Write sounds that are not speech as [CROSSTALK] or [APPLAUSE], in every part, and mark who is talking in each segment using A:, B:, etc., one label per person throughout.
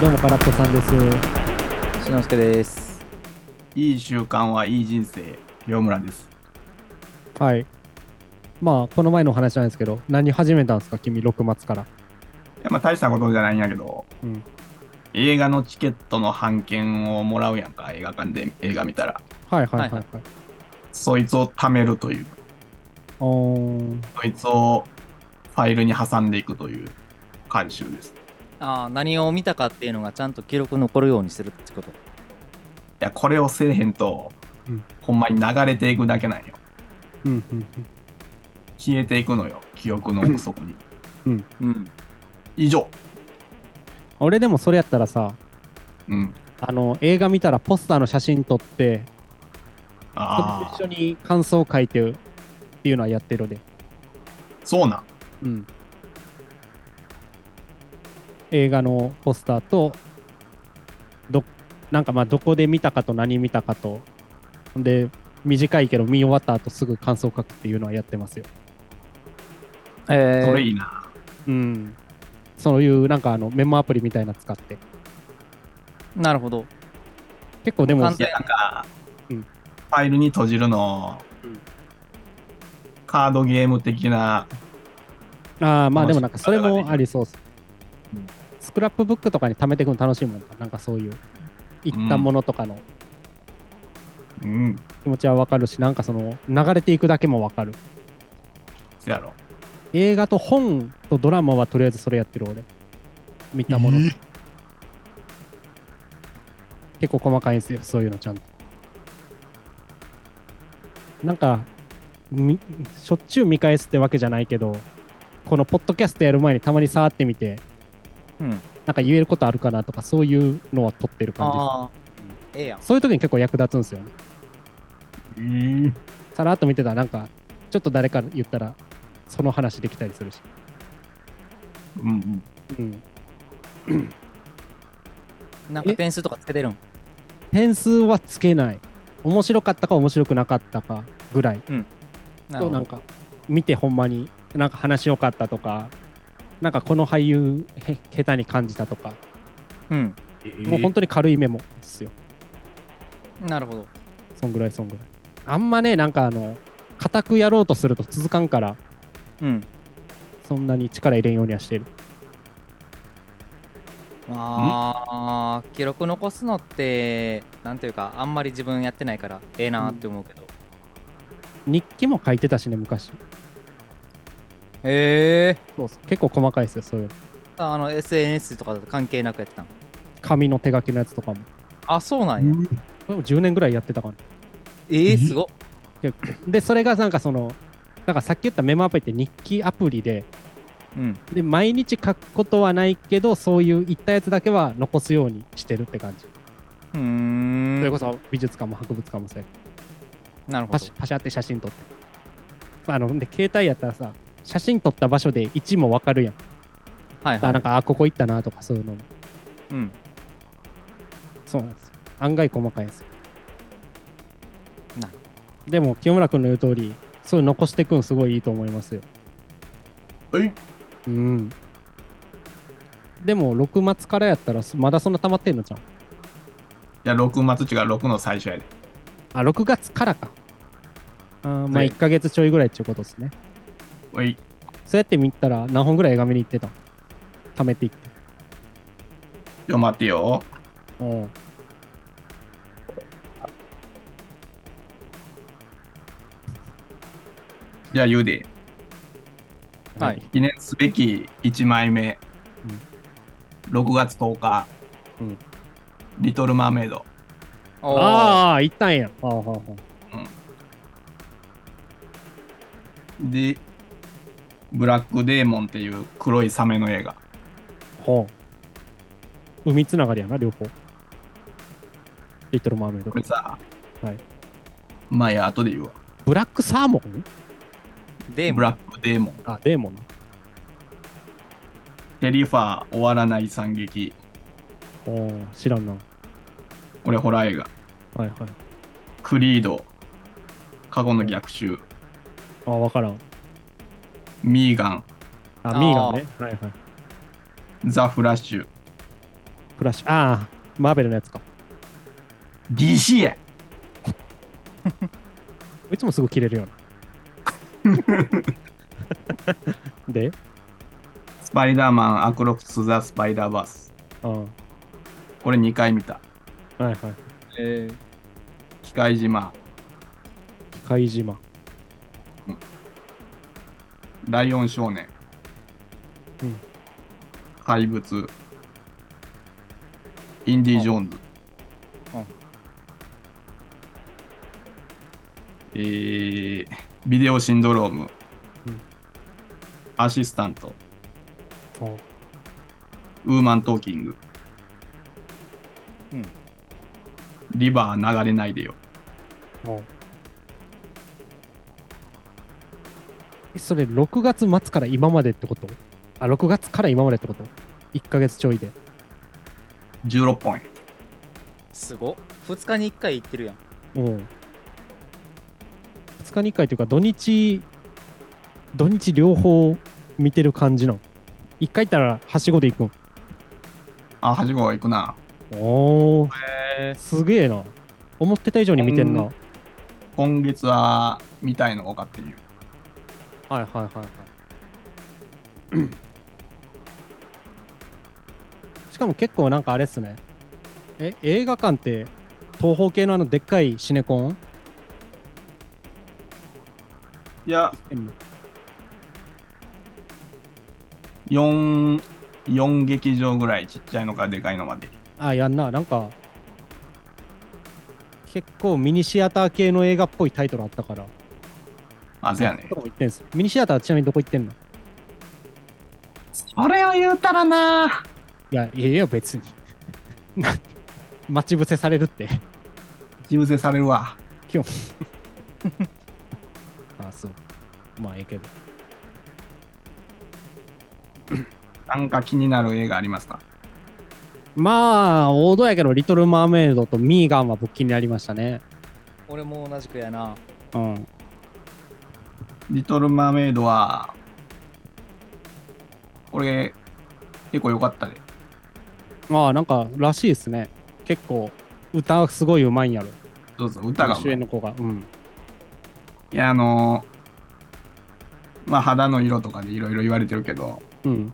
A: んです。
B: しのすけです。
C: いい習慣はいい人生、両村です。
A: はい。まあ、この前のお話なんですけど、何始めたんですか、君、6月から。
C: いやまあ大したことじゃないんやけど、
A: うん
C: 映画のチケットの版権をもらうやんか、映画館で映画見たら。
A: はいはいはいは
B: はいい。
C: そいつを貯めるという、
A: おー
C: そいつをファイルに挟んでいくという慣習です。い
B: ああ、何を見たかっていうのがちゃんと記録残るようにするってこと。
C: や、これをせえへんと、
A: うん
C: ほんまに流れていくだけなんよ。
A: うんうん
C: 消えていくのよ、記憶の奥底に。
B: うん。
C: 以上。
A: うん。俺でもそれやったらさ、
C: うん。
A: あの、映画見たらポスターの写真撮って、それ
C: あ
A: と
C: あ
A: 一緒、に感想書いてっていうのはやってるで。
C: そうなん。
A: うん。映画のポスターと、ど、なんかまあ、どこで見たかと何見たかと、ほんで、短いけど見終わった後すぐ感想書くっていうのはやってますよ。
B: え
C: そ
B: ー、
C: れいいな。
A: うん。そういう、なんかあの、メモアプリみたいなの使って。
B: なるほど。
A: 結構でも
B: 簡、
C: いや、なんか、
A: うん
C: ファイルに閉じるの、
A: うん
C: カードゲーム的な、
A: ああ、まあでもなんかそれもありそうっす
B: うん。
A: スクラップブックとかに貯めていくの楽しいもんな。なんかそういう、いったものとかの
C: うん、
A: 気持ちはわかるし、なんかその、流れていくだけもわかる。
C: そやろ。
A: 映画と本とドラマはとりあえずそれやってる俺見たもの、
C: え
A: 結構細かいんですよそういうのちゃんとなんかみしょっちゅう見返すってわけじゃないけどこのポッドキャストやる前にたまに触ってみて
B: うん。
A: なんか言えることあるかなとかそういうのは取ってる感じで
B: ああ、ええやん。
A: すそういう時に結構役立つんですよね
C: えー
A: さらっと見てたらなんかちょっと誰か言ったらその話できたりするし
C: うんうん、
A: うん
B: なんか点数とかつけてるん。
A: 点数はつけない面白かったか面白くなかったかぐらい
B: なる
A: と
B: ほ
A: な
B: ど
A: んか見てほんまになんか話よかったとかなんかこの俳優へ下手に感じたとか、
B: うん。
A: もう本当に軽いメモですよ
B: なるほど。
A: そんぐらいそんぐらいあんまねなんかあの固くやろうとすると続かんから
B: うん。
A: そんなに力入れんようにはしてる
B: ああ、記録残すのって、なんていうか、あんまり自分やってないから、ええなって思うけど。
A: 日記も書いてたしね昔
B: へえ
A: そうそう結構細かいですよそういうの
B: ああの、SNS とかと関係なくやってたん。
A: 紙の手書きのやつとかも
B: あ、そうな
C: うん
B: や。
C: ん
A: これも10年ぐらいやってたから
B: ええすごっ。
A: でそれがなんかそのなんかさっき言ったメモアプリって日記アプリで
B: うん。
A: で毎日書くことはないけどそういう言ったやつだけは残すようにしてるって感じ、
B: うーん。
A: それこそ美術館も博物館もそうやけど
B: なるほ
A: パ
B: ど
A: シ。パシャって写真撮ってあので携帯やったらさ写真撮った場所で位置もわかるやん、
B: はいは
A: あ
B: い。
A: なんかあここ行ったなとかそういうのも
B: うん。
A: そうなんですよ案外細かいんですよ
B: なるほ
A: でも清村君の言う通りそういう残していくんすごいいいと思いますよ
C: え
A: うんでも6末からやったらまだそんな溜まってんのじゃん
C: いや、6末違う、6の最初やで。
A: あ、6月からか。あーまあ、
C: はい
A: 1ヶ月ちょいぐらいっていうことですね。
C: おい、
A: そうやって見たら、何本ぐらい映画見に行ってたの貯めていって。
C: ちょ、待ってよ。
A: うん。
C: じゃあ言うで。
B: ど。はい。
C: 記念すべき1枚目。6月10日。
A: うん
C: リトル・マーメイド。
B: おあ。
A: ああ、行ったんや。あーはーはー
C: で、ブラック・デーモンっていう黒いサメの映画。
A: ほう。海つながりやな、両方。リトルマーメイド
C: こ。れさ、
A: はい
C: まあいや、後で言うわ。
A: ブラックサーモン
B: で、
C: ブラック・デーモン。
A: あ、デーモンな。
C: テリファー終わらない惨劇。
A: おー知らんな。
C: 俺ホラー映画。
A: はいはい。
C: クリード。過去の逆襲。
A: あー、わからん。
C: ミーガン。
A: あ、
B: あー
A: ミーガンね。はいはい。
C: ザ・フラッシュ。
A: フラッシュ。ああ、マーベルのやつか。
C: DC や
A: いつもすぐ切れるよう [LAUGHS] な。で、
C: スパイダーマン、アクロプス・ザ・スパイダーバース。
A: うん。は
C: これ2回見た。
A: いはい。
B: えー
C: 機械島、
A: 機械島。
C: ライオン少年、
A: うん
C: 怪物、インディ・ジョーンズ
B: うん。
C: えー、ビデオシンドローム、
A: うん
C: アシスタント、
A: お
C: ウーマントーキング、
B: うん
C: リバー流れないでよ。
A: おえそれ、6月末から今までってことあ、6月から今までってこと ?1 ヶ月ちょいで。
C: 16本や。
B: すごっ2日に1回行ってるやん
A: うん。2日に1回というか、土日、土日両方見てる感じなの。1回行ったら、はしごで行く
C: あ、はしご行くな。
A: ん。おお、すげえな。思ってた以上に見てんな。
C: う
A: は
C: ん今月は見たいの多かったんよ。
A: いはいはいはい。しかも結構なんかあれっすね。え、映画館って、東方系のあのでっかいシネコン
C: いや、4、4劇場ぐらい、ちっちゃいのからでかいのまで。
A: あ、やんな。なんか、結構ミニシアター系の映画っぽいタイトルあったから。
C: あ、そうやね
A: ど。こも行ってんすミニシアターはちなみにどこ行ってんの
C: それを言うたらない
A: や、いやいや、別に。な待ち伏せされるって。
C: 自由せされるわ。
A: あ、そう。まあ、ええけど。
C: なんか気になる映画ありますか
A: まあ、王道やけど、リトル・マーメイドとミーガンは勃起になりましたね。
B: 俺も同じくやな
A: うん。
C: リトル・マーメイドは、これ、結構良かったで。
A: まあ、なんか、らしいですね。結構、歌がすごい上手いんやろ。
C: どうぞ、歌がう
A: 主
C: まい。
A: 演の子が。うん。
C: いや、あのーまあ、肌の色とかでいろいろ言われてるけど、
A: うん。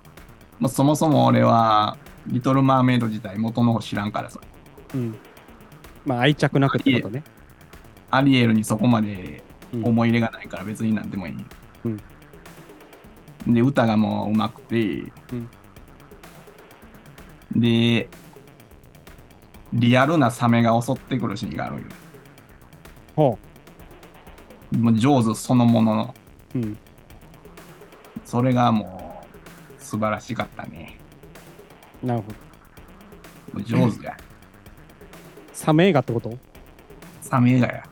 C: もうそもそも俺は、リトル・マーメイド自体元の方知らんからさ、
A: うん。まあ、愛着なくってことね。
C: アリエルにそこまで
A: うん
C: 思い入れがないから別になんでもいい。で、歌がもううまくて、
A: うん
C: で、リアルなサメが襲ってくるシーンがあるんよ。
A: ほ
C: もう上手そのものの、
A: う。うん。
C: それがもう素晴らしかったね。
A: なるほど。
C: もう上手や。
A: サメ映画ってこと
C: サメ映画や。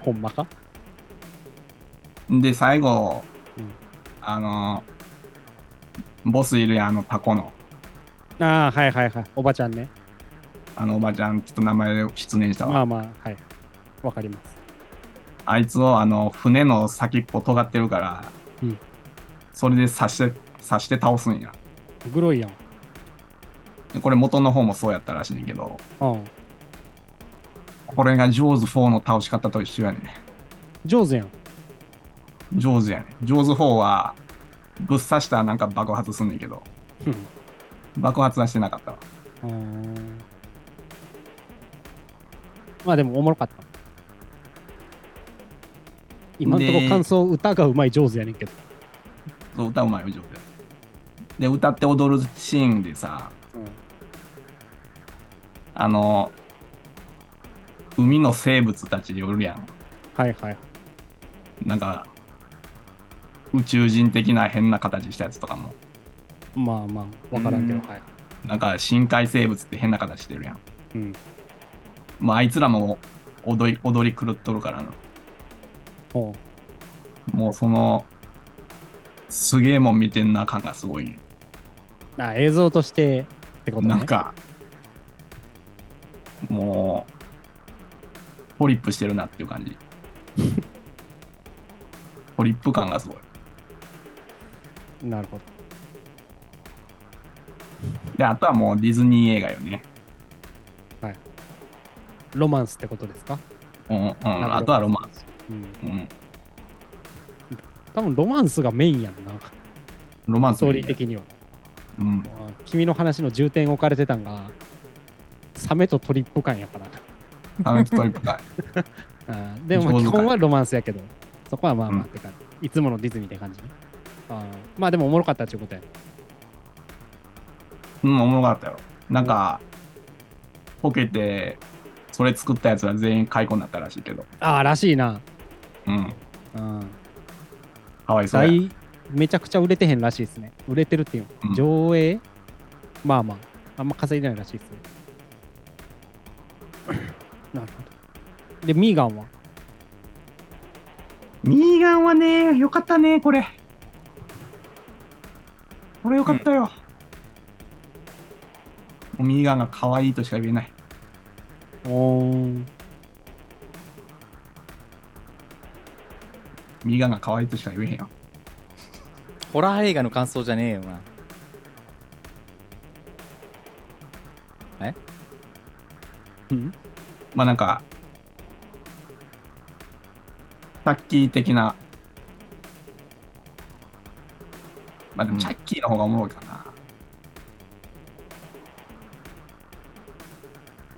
A: ほんまか
C: で、最後、
A: うん
C: あの、ボスいるやん、あのタコの、
A: ああ、はいはいはい。おばちゃんね。
C: あのおばちゃん、ちょっと名前失念したわ。
A: まあまあ、はい。わかります。
C: あいつをあの船の先っぽ尖ってるから、
A: うん
C: それで刺して刺して倒すんや
A: グロいやん。
C: でこれ元の方もそうやったらしいねんけど
A: うん。
C: これがジョーズ4の倒し方と一緒やねん
A: 上手やん。
C: ジョーズやねんジョーズ4はぶっ刺したらなんか爆発すんねんけど爆発はしてなかったわ
A: うん。まあでもおもろかった。今のところ
C: で
A: 感想、歌がうまい上手やねんけど。
C: そう歌うまいよジョーズで歌って踊るシーンでさあの海の生物たちによるやん
A: はいはい。
C: なんか宇宙人的な変な形したやつとかも
A: まあまあ、わからんけど、
C: うん
A: はい。
C: なんか深海生物って変な形してるやん。
A: うん。
C: まああいつらも踊り踊り狂っとるからな。
A: ほう
C: もうその、すげえもん見てんな感がすごいね。
A: あ映像としてってことね。
C: なんか、もう、ポリップしてるなっていう感じ。ポリップ感がすごい。
A: なるほど。
C: で、あとはもうディズニー映画よね。
A: ロマンスってことですか、
C: うんうん。あとはロマンス。
A: うん、
C: うん。
A: 多分ロマンスがメインやんな、
C: ロマン
A: ス
C: ス
A: ト
C: も
A: ー
C: いい
A: リ
C: ね
A: ー的には。
C: うん。
A: まあ君の話の重点置かれてたんが、サメとトリップ感やから。
C: タヌキトリップか。
A: あーでもまあ
C: 上手
A: 基
C: か
A: 本はロマンスやけど、そこはまあまあ
C: う
A: って感じ。いつものディズニーって感じね。あーまあでもおもろかったっていうことや。
C: うん、おもろかったよ。なんか、ボケて、それ作ったやつは全員解雇になったらしいけど。
A: ああ、らしいな。
C: うん。
A: うん、
C: かわいそうや。
A: 大めちゃくちゃ売れてへんらしいですね。売れてるっていうの
C: うん
A: 上映まあまあ、あんま稼いでないらしいですね。なるほど。で、ミーガンは
C: ミーガンはね、よかったね、これ。これよかったよ。もうミーガンが可愛いとしか言えない。
A: おー
C: ミーガンが可愛いとしか言えへんよ。
B: ホラー映画の感想じゃねえよな。
A: うん
C: まあなんか、チャッキー的な。まあでも、チャッキーの方がおもろいかな。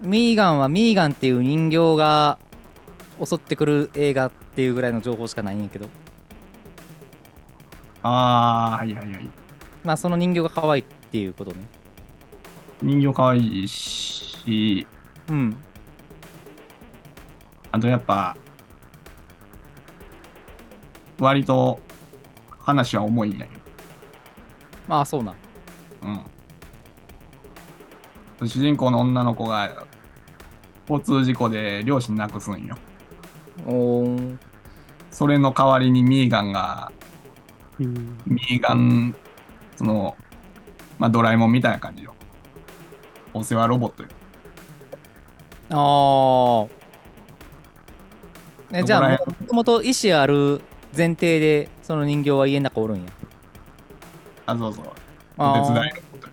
B: ミーガンはミーガンっていう人形が襲ってくる映画っていうぐらいの情報しかないんやけど、
C: ああ、はいはいはい。
B: まあその人形が可愛いっていうことね。
C: 人形可愛いし、
B: うん。
C: あとやっぱ、割と話は重いんやけど。
B: まあそうな。
C: うん。主人公の女の子が交通事故で両親亡くすんよ。
B: おー
C: それの代わりにミーガンが、
A: うん
C: ミーガン、その、まあ、ドラえもんみたいな感じよ。お世話ロボットよ。
B: ああ。えじゃ
C: どこら
B: あ、
C: 辺
B: もともと意思ある前提で、その人形は家の中おるんや。
C: あ、そうそう。お
B: あ
C: 手伝
B: ー
C: いロボットよ。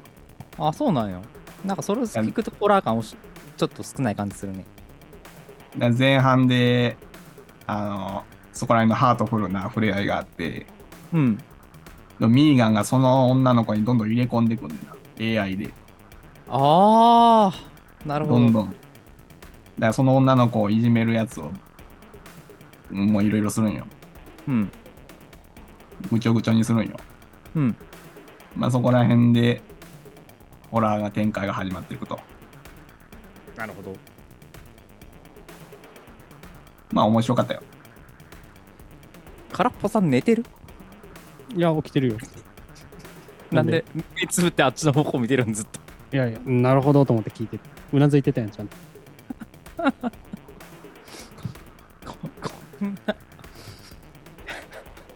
B: あ、そうなんや。なんかそれを聞くとホラー感をしちょっと少ない感じするね。
C: だから前半で、あの、そこら辺のハートフルな触れ合いがあって、
B: うん。
C: でもミーガンがその女の子にどんどん入れ込んでくんねんな。AI で。
B: ああ、なるほ
C: ど
B: ど。
C: んどん。だからその女の子をいじめるやつを、もういろいろするんよ。
B: うん。
C: ぐちょぐちょにするんよ。
B: うん。
C: まあそこら辺で、ホラーが展開が始まっていくと。
B: なるほど。
C: まあ面白かったよ。
B: 空っぽさん寝てる
A: いや、起きてるよ。
B: なんで目つぶってあっちの方向見てるんずっと。
A: いやいや、なるほどと思って聞いててうなずいてたやん、ちゃんと。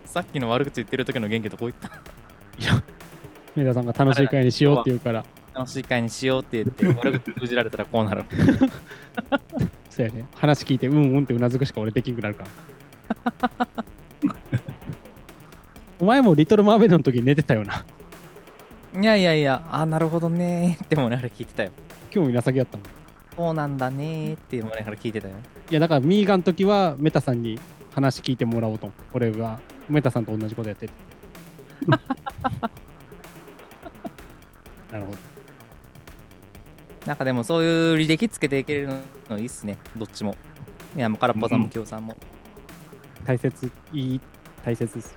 B: さっきの悪口言ってる時の元気とこういった
A: メダさんが楽しい会にしようって言うから、
B: 楽しい会にしようって言って悪口封じられたらこうなる。
A: そうやね。話聞いて、うんうんってうなずくしか俺できんくなるから。お前もリトル・マーメイドの時に寝てたよな。
B: いやいやいや、あ、なるほどねーって思いながら聞いてたよ。
A: 興味なさげやったもん。い
B: そうなんだねーって思いながら聞いてたよ。
A: や、だからミーガンの時はメタさんに話聞いてもらおうと思って。俺がメタさんと同じことやって [LAUGHS] て。なるほど。
B: なんかでもそういう履歴つけていけるのいいっすね、どっちも。いや、もう空っぽさんも
C: うん
B: きよさんも。
A: 大切、いい、大切です。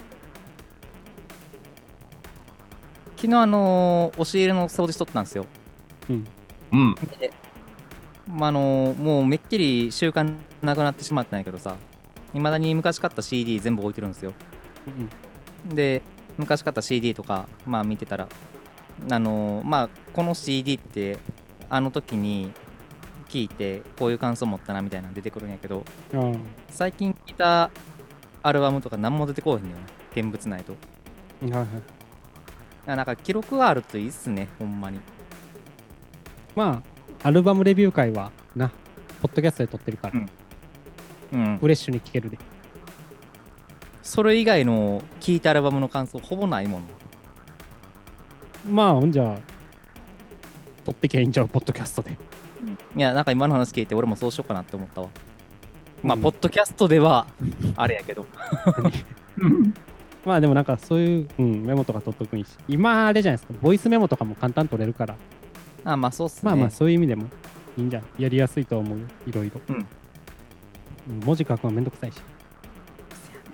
B: 昨日あのー、押し入れの掃除しとったんですよ。
A: うん。
C: うん。
B: まああのー、もうめっきり習慣なくなってしまったんやけどさ、いまだに昔買った CD 全部置いてるんですよ。
A: うん
B: で昔買った CD とかまあ見てたらあのーまあこの CD ってあの時に聞いてこういう感想持ったなみたいなの出てくるんやけど
A: あ
B: 最近聞いたアルバムとか何も出てこうへんねん現物ないと
A: あ。はいはい。
B: あなんか記録があるといいっすねほんまに
A: まあ、アルバムレビュー会はな、ポッドキャストで撮ってるから、
B: うんうん
A: フレッシュに聞けるで。
B: それ以外の聞いたアルバムの感想ほぼないもん
A: まあ、ほんじゃ、撮ってきゃいいんじゃん、ポッドキャストで。
B: いや、なんか今の話聞いて、俺もそうしようかなって思ったわ。まあ、
A: うん
B: ポッドキャストでは、あれやけど。
C: うん
A: まあでもなんかそういう、うん、メモとか取っとくんいいし、今あれじゃないですか、ボイスメモとかも簡単取れるから、
B: あ、まあ、そうっすね。
A: まあまあそういう意味でもいいんじゃん。やりやすいと思うよ、いろいろ。
B: うん
A: うん文字書くのめんどくさいし。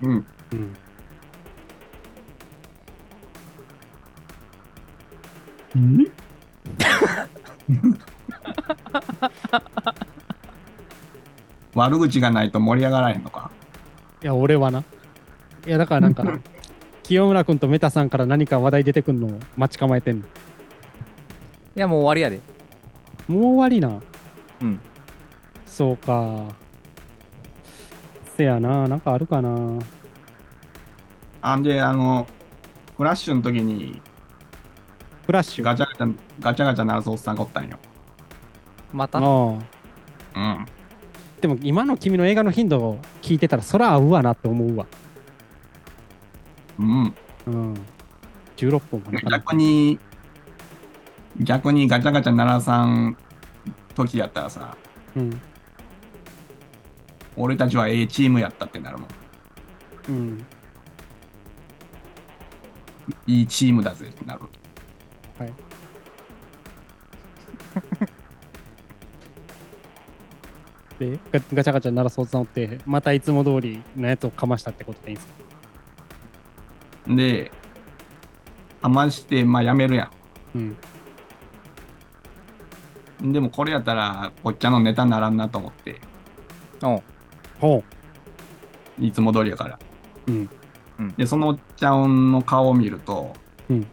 C: うん。
A: うん。
C: うん悪口がないと盛り上がらへんのか。
A: いや、俺はな。いや、だからなんか、清村君とメタさんから何か話題出てくるのを待ち構えてんの。
B: いや、もう終わりやで。
A: もう終わりな。
B: うん。
A: そうか。せやな、なんかあるかな。
C: あんで、あの、フラッシュの時に
A: フラッシュ。
C: ガチャガチャ、ガチャガチャ鳴らすおっさんがおったんよ。
B: また、
A: ああ
C: うん。
A: でも今の君の映画の頻度を聞いてたら、そら合うわなって思うわ。
C: うん。
A: うん。16本もなかなか
C: 逆に、逆にガチャガチャ鳴らさん時やったらさ、
A: うん。
C: 俺たちは A チームやったってなるもん。
A: うん。
C: いいチームだぜってなる。
A: はい。で、ガガチャガチャ鳴らすおっさんおって、またいつも通りのやつをかましたってことでいいんですか
C: で、かまして、まあやめるや
A: うん。
C: ん。でもこれやったら、こっちゃのネタならんなと思って、
B: おう
A: ほ
C: いつも通りやから。
A: う。うん。
C: で、そのおっちゃんの顔を見ると、
A: うん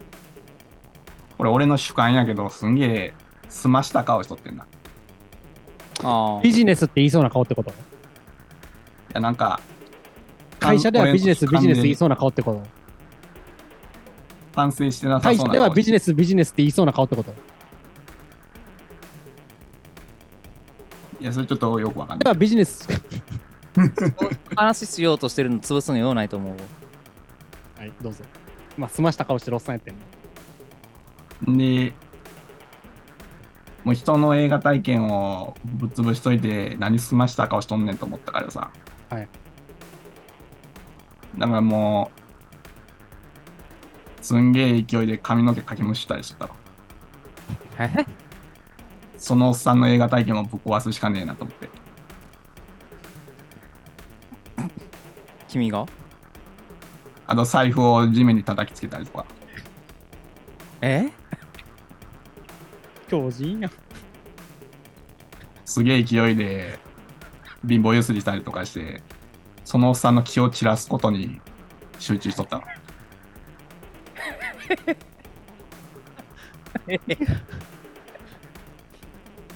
C: これ俺の主観やけど、すんげえ、澄ました顔しとってんな。い
B: ああ
A: ビ。ジネスって言いそうな顔ってこと
C: や、なんか、
A: 会社ではビジネス、ビジネス言いそうな顔ってこと
C: う。完成してなさ
A: 会
C: そ
A: 社
C: うな
A: では
C: 顔
A: ビジネス、ビジネスって言いそうな顔ってこと
C: いや、それちょっとよくわかん
A: で
C: ない。
A: はビジネス。 [LAUGHS]
B: 話しようとしてるの潰すの用ないと思う。
A: はい、どうぞ。まあ、済ました顔してるおっさんやってんの。
C: で、もう人の映画体験をぶっ潰しといて、何済ました顔しとんねんと思ったからさ。
A: はい。
C: だからもう、すんげえ勢いで髪の毛かきむしったりしてたわ
B: え
C: そのおっさんの映画体験をぶっ壊すしかねえなと思って。
B: 君が
C: あと財布を地面に叩きつけたりとか。
B: え
A: 強靭や。
C: すげえ勢いで貧乏ゆすりしたりとかして、そのおっさんの気を散らすことに集中しとったの。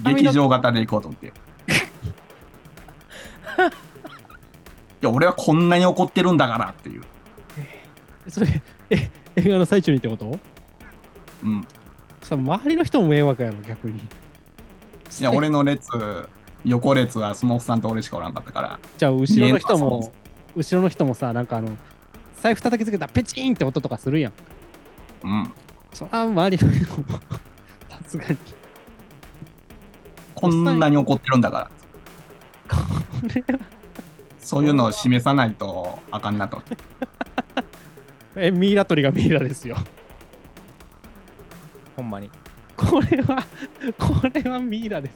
C: 劇場型で行こうと思って。い [LAUGHS] や、俺はこんなに怒ってるんだからっていう。
A: それ、え、映画の最中にってこと
C: うん。
A: さ周りの人も迷惑やろ、逆に。
C: いや、俺の列、横列はそのおっさんと俺しかおらんかったから、
A: じゃあ、後ろの人
C: 見えんの
A: も、後ろの人もさ、なんかあの、財布叩きつけたらペチーンって音とかするやん。
C: うん。
A: そら、周りの人も、さすがに。
C: こんなに怒ってるんだから。
A: これは
C: そういうのを示さないとあかんなと。
A: え、ミイラ取りがミイラですよ。
B: ほんまに。
A: これは、これはミイラです。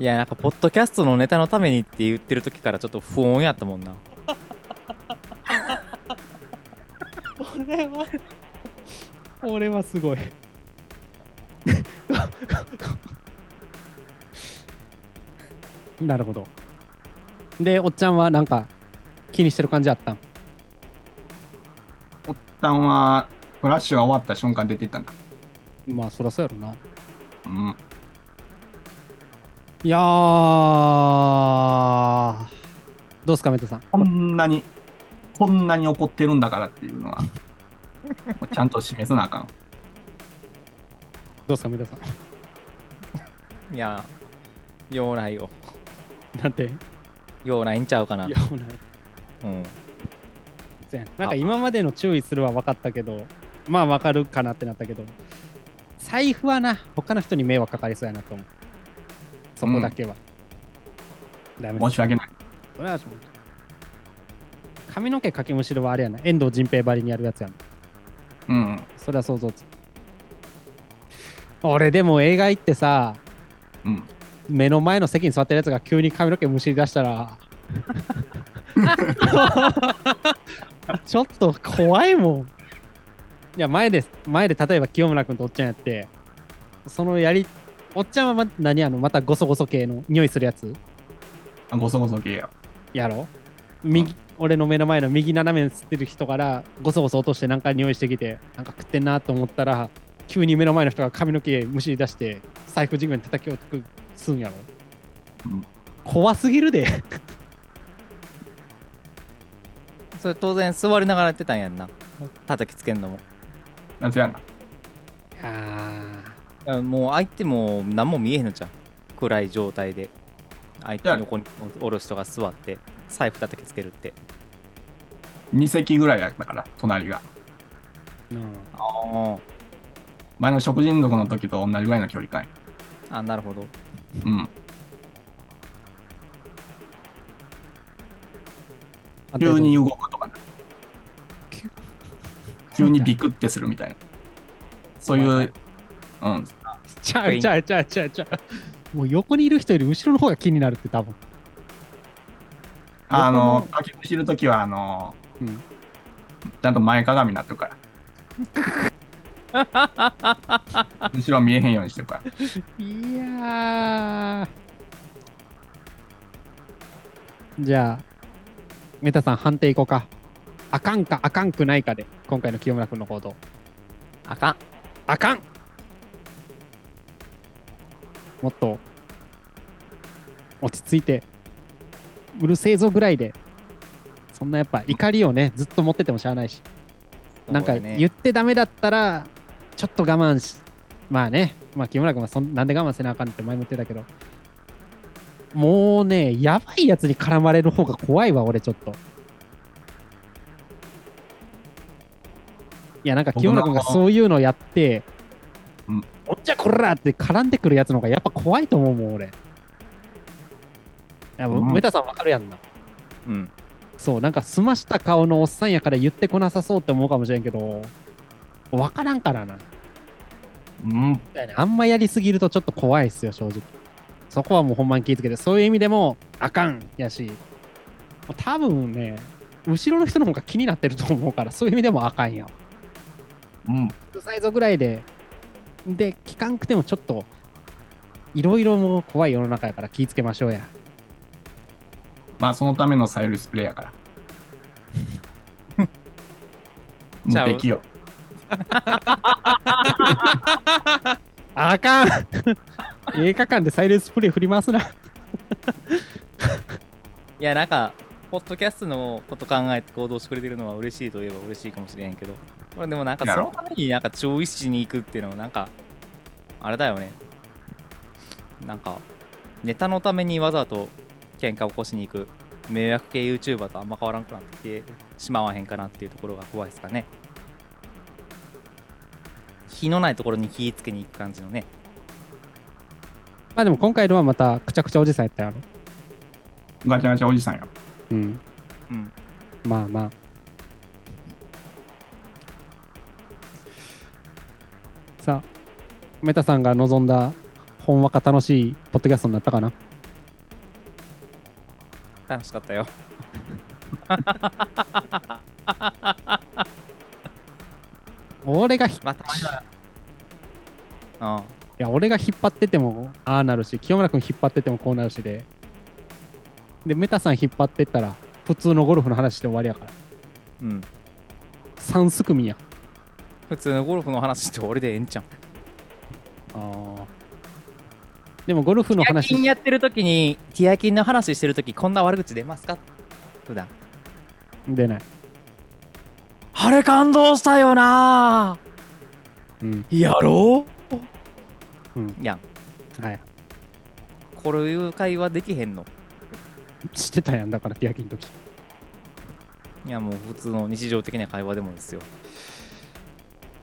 B: いや、なんか、ポッドキャストのネタのためにって言ってる時からちょっと不穏やったもんな。
A: これは、これはすごい。なるほど。で、おっちゃんはなんか気にしてる感じあったん
C: おっさんは、フラッシュが終わった瞬間出てったんだ。
A: まあ、そらそうやろな。
C: うん。
A: いやー、どうすか、メトさん。
C: こんなに、こんなに怒ってるんだからっていうのは、ちゃんと示さなあかん。
A: どうすか、メトさん。
B: いや、用ないよ。
A: なんて、
B: 用ないんちゃうかな。
A: いやもうない
B: うん。
A: せやななんか今までの注意するは分かったけど、まあ分かるかなってなったけど、財布はな、他の人に迷惑かかりそうやなと思う。そこだけは。ダメだ
C: 申し訳ない。
A: それは髪の毛かきむしろはあれやな。遠藤仁平ばりにやるやつやな。
C: うん。
A: それは想像つく。俺でも映画行ってさ、
C: うん。
A: 目の前の席に座ってるやつが急に髪の毛むしり出したらちょっと怖いもんいや前で前で例えば清村君とおっちゃんやってそのやりおっちゃんはま何あのまたゴソゴソ系の匂いするやつ
C: あごそごそ系や。
A: やろ右、俺の目の前の右斜めに吸ってる人からゴソゴソ落としてなんか匂いしてきてなんか食ってんなと思ったら急に目の前の人が髪の毛むしり出して財布地面叩き落とすんやろ、
C: うん
A: 怖すぎるで
B: それ当然座りながらやってたんやんな叩きつけんのも
C: なんてやんか。
A: あ
B: あもう相手も何も見えへんのじゃん暗い状態で相手の横におろし人が座って財布叩きつけるって
C: 2席ぐらいやったから、隣が。
A: うん
B: あー
C: 前の食人族の時と同じぐらいの距離感や。
B: あなるほど
C: うん。急に動くとかね
A: 急。
C: 急にビクってするみたいな。そういう、うん。
A: ちゃうちゃうちゃうちゃうちゃうもう横にいる人より後ろの方が気になるって多分
C: あの、書き知るときは、あの、
A: うん
C: ちゃんと前かがみになってるから。後ろ見えへんようにしてるから。
A: いやーじゃあメタさん判定いこうかあかんかあかんくないかで今回の清村君の行動
B: あかん
A: あかんもっと落ち着いてうるせえぞぐらいでそんなやっぱ怒りをねずっと持っててもしゃあないし、なんか
B: そうだね
A: 言ってダメだったらちょっと我慢しまあねまあ木村君はそんなんで我慢せなあかんって前も言ってたけどもうねやばいやつに絡まれる方が怖いわ俺ちょっといやなんか清村君がそういうのやって
C: うん
A: おっちゃこらって絡んでくるやつの方がやっぱ怖いと思うもん俺。いや
C: うん
A: メタさんわかるやんな。
B: うん
A: そう、なんか澄ました顔のおっさんやから言ってこなさそうって思うかもしれんけど、わからんからな。
C: うん。
A: あんまやりすぎるとちょっと怖いっすよ、正直。そこはもうほんまに気ぃつけて、そういう意味でも、あかんやし、多分ね、後ろの人の方が気になってると思うから、そういう意味でもあかんやわ
C: うん。
A: うざいぞぐらいで、で、聞かんくてもちょっと、いろいろもう怖い世の中やから気ぃつけましょうや。
C: まあ、そのためのサイルスプレーやから。
B: ちゃう
C: 無敵よ。
A: あかん [LAUGHS] 映画館でサイレンスプレー振り回すな。
B: いやなんかポッドキャストのこと考えて行動してくれてるのは嬉しいといえば嬉しいかもしれへんけどこれでもなんか
C: や
B: そ
C: ろ
B: のためになんか調意識に行くっていうのはなんかあれだよねなんかネタのためにわざと喧嘩を起こしに行く迷惑系 YouTuber とあんま変わらんくなってきてしまわへんかなっていうところが怖いですかね火のないところに火つけに行く感じのね
A: まあでも今回のはまたくちゃくちゃおじさんやったやろ。
C: ガチャガチャおじさんよ。
A: うん。
B: うん
A: まあまあ。さあ、メタさんが望んだほんわか楽しいポッドキャストになったかな
B: 楽しかったよ
A: 俺がひ、い
B: またうん
A: や、俺が引っ張っててもああなるし、清村君引っ張っててもこうなるしで、で、メタさん引っ張ってったら、普通のゴルフの話して終わりやから。
B: うん
A: 三すくみや。
B: 普通のゴルフの話って俺でええんちゃん。
A: ああ。でもゴルフの
B: ティアキン
A: 話、
B: やってる時に、ティアキンの話してる時こんな悪口出ますか普段。
A: 出ない。
B: あれ感動したよな
A: うん。
B: やろ
A: うん。
B: うやん。
A: はい。
B: こういう会話できへんの。
A: してたやん、だから、ティアキンの時。
B: いやもう普通の日常的な会話でもですよ。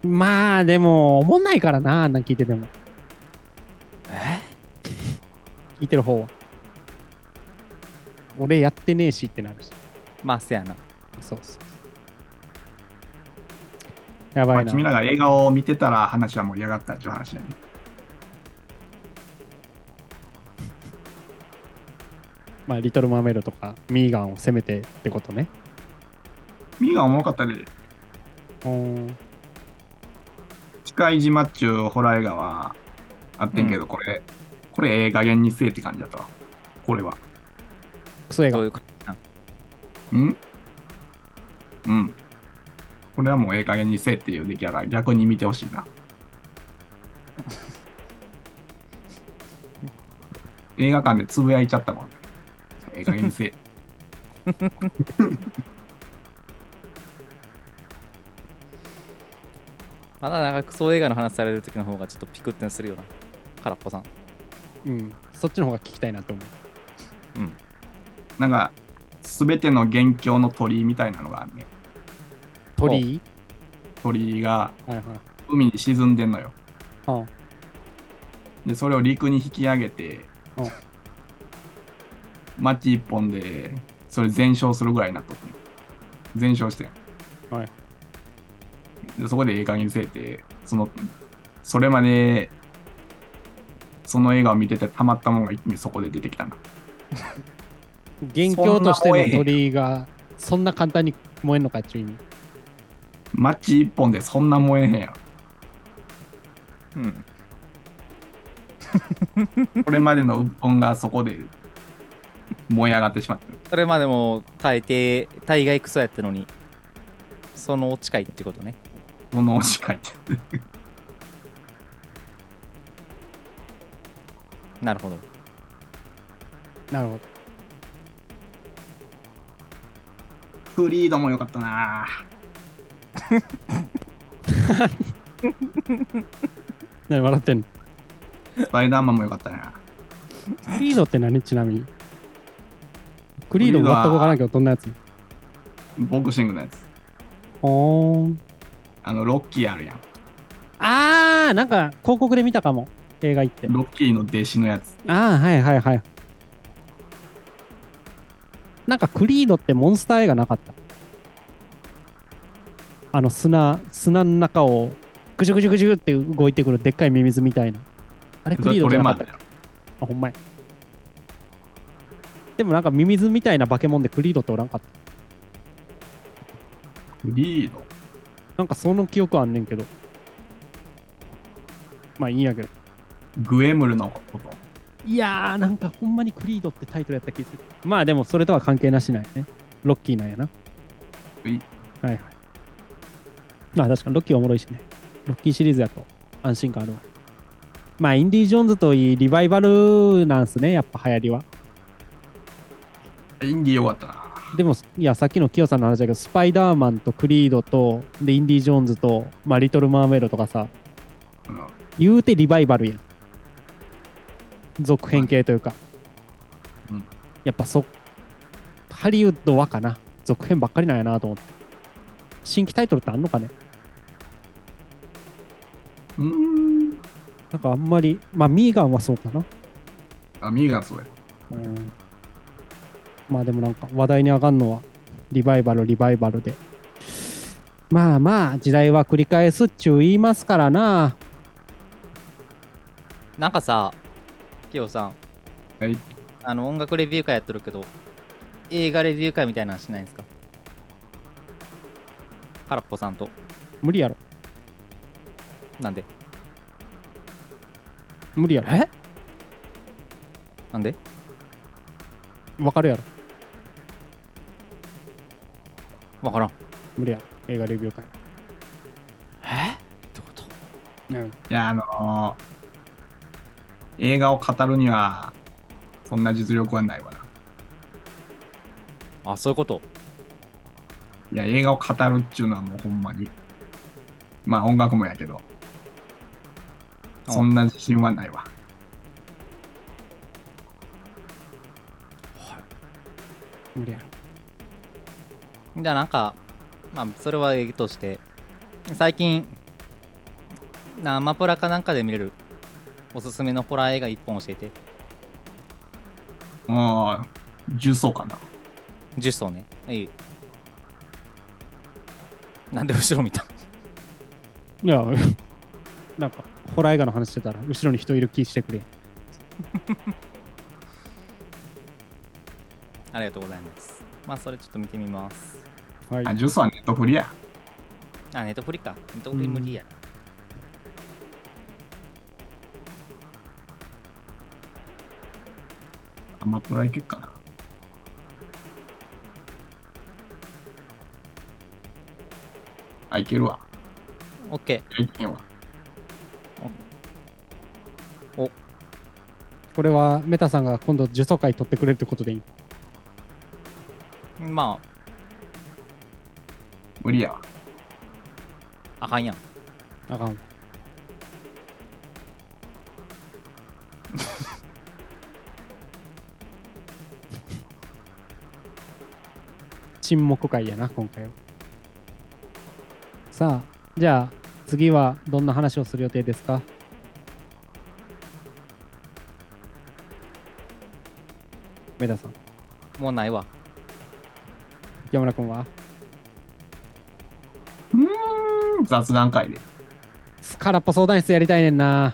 A: まあでも、おもんないからな、あんなん聞いてても。
B: え
A: 聞いてる方は。俺やってねえしってなるし。
B: まあ、せやな。
A: そうそう。や
C: ま
A: ば
C: あ
A: いな。
C: 君らが映画を見てたら話は盛り上がったっていう話だね。
A: まあ、リトル・マーメイドとか、ミーガンを攻めてってことね。
C: ミーがおもろかったで、
A: うん。
C: 近い島っちゅうホラー映画はあってんけど、これ、これええ加減にせえって感じだったわ。これは。
A: クソ映
B: ど
A: 画
B: う。いう感じなん
C: んうん。これはもうええ加減にせえっていう出来上がり。逆に見てほしいな。映画館でつぶやいちゃったもん。ええ加減にせえ。
B: まだなんかクソ映画の話される時の方がちょっとピクってするよな。空っぽさん。
A: うん。そっちの方が聞きたいなって思う。
C: なんか、すべての元凶の鳥居みたいなのがあるね。
A: 鳥居
C: 鳥居が
A: はいはい。
C: 海に沈んでんのよ。
A: あ
C: で、それを陸に引き上げて
A: うん、
C: マッチ一本で、それ全焼するぐらいになっとってん全焼してん
A: はい
C: で、そこでええ加減にせえって、その、それまで、その映画を見ててたまったもんが一気にそこで出てきたんだ。
A: 元凶としての鳥居が、そんな簡単に燃えんのかっていう意味。
C: マッチ一本でそんな燃えへんやろ
B: うん。
C: これまでの鬱憤がそこで燃え上がってしまった。
B: それまでも大抵、大概クソやったのに、その落ちかいってことね。
C: この司会って。
B: なるほど。
A: なるほど。
C: フリードも良かったな
A: 何笑ってんの
C: スパイダーマンも良かったな
A: クリードって何ちなみにクリード全く分からんけどどんなやつ
C: ボクシングのやつ。
A: おー
C: あの、ロッキーあるやん。
A: あーなんか広告で見たかも映画行って
C: ロッキーの弟子のやつ。
A: ああはいはいはいなんかクリードってモンスター映画なかったあの砂砂の中をぐじゅぐじゅぐじゅって動いてくるでっかいミミズみたいなあれク
C: そ
A: リ
C: れ
A: ード
C: ト
A: じ
C: レ
A: ゃ
C: マ
A: な
C: ー
A: か
C: だ
A: った
C: よ。
A: あほんまやでもなんかミミズみたいな化け物でクリードっておらんかった
C: フリード。
A: なんかその記憶あんねんけど。まあいいんやけど。
C: グエムルのこと。
A: いやー、なんかほんまにクリードってタイトルやった気がする。まあでもそれとは関係なしないね。ロッキーなんやな。
C: うい
A: はいはい。まあ確かにロッキーおもろいしね。ロッキーシリーズやと安心感あるわ。まあインディ・ージョーンズといいリバイバルなんすね、やっぱ流行りは。
C: インディー良かったな
A: でも、いや、さっきのキヨさんの話だけど、スパイダーマンとクリードと、で、インディ・ージョーンズと、まあ、リトル・マーメイドとかさ、
C: うん。
A: 言うてリバイバルやん続編系というか、
C: うん
A: やっぱそハリウッドはかな続編ばっかりなんやなと思って新規タイトルってあんのかね
C: うーん。
A: なんかあんまりまあミーガンはそうかな、
C: あ、ミーガンそうや。
A: うん、まあでもなんか話題に上がるのはリバイバルリバイバルでまあまあ時代は繰り返すっちゅう言いますからな
B: なんかさ、キヨさん、
C: はい。
B: あの音楽レビュー会やってるけど、映画レビュー会みたいなのしないんですか空っぽさんと。
A: 無理やろ
B: なんで
A: 無理やろえ
B: なんで
A: わかるやろ
B: わからん。
A: 無理やろ映画レビュー会
B: えってこと
A: うん
C: いや、あのー映画を語るには、そんな実力はないわな。
B: あ、そういうこと。
C: いや、映画を語るっちゅうのはもうほんまに。まあ音楽もやけど。
B: うん
C: そんな自信はないわ。
A: 無理やろ
B: じゃあなんか、まあ、それはええとして、最近、なアマプラかなんかで見れるおすすめのホラー映画1本教えて
C: ああ、重曹かな。
B: 10層ねはいなんで後ろ見た
A: いや、なんか、ホラー映画の話してたら、後ろに人いる気してくれ。
B: ありがとうございますまあそれちょっと見てみます
A: はい。
C: あ、重曹はネットフリや。
B: あネットフリかネットフリ無理やな
C: アマプラいけっかな。あ、いけるわ。
B: OK
C: いけんわ。
A: これは、メタさんが今度、受走会取ってくれるってことでいい。
B: ま
C: 無理やわ。
B: ああかんやん
A: あかん。沈黙会やな、今回は。さあ、じゃあ、次はどんな話をする予定ですかメダさん、
B: もうないわ
A: 山田君は
C: うーん、雑談会で。
A: スカラッポ相談室やりたいねんな。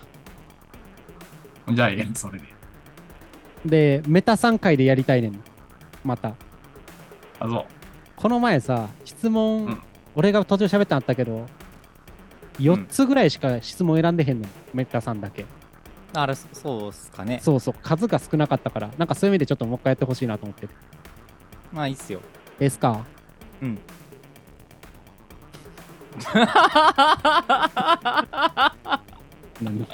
C: じゃあ、ええやんそれで。
A: で、メタ3回でやりたいねんな。また。
C: あ、そう。
A: この前さ、質問、
C: うん
A: 俺が途中喋ったんあったけど、4つぐらいしか質問選んでへんの、メッタさんだけ。
B: あれそそうっすかね
A: そうそう、数が少なかったから、なんかそういう意味でちょっともう一回やってほしいなと思ってて。
B: まあいいっすよ
A: ですか [LAUGHS]
B: うん。
A: 何い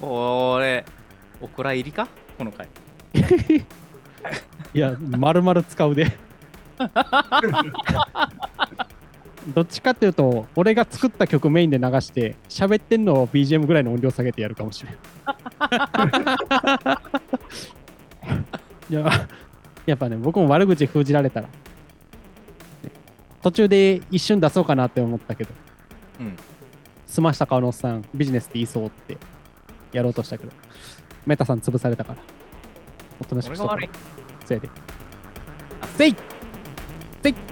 B: これお蔵入りかこの回
A: や、まるまる使うで。どっちかっていうと、俺が作った曲メインで流して、喋ってんのを BGM ぐらいの音量下げてやるかもしれん。いや、やっぱね、僕も悪口封じられたら。途中で一瞬出そうかなって思ったけど、
B: うん
A: 済ました顔のおっさん、ビジネスって言いそうってやろうとしたけど、メタさん潰されたから。おとなしく
B: 俺
A: し
B: が
A: とこ。
B: 悪いう
A: せいで。せいせい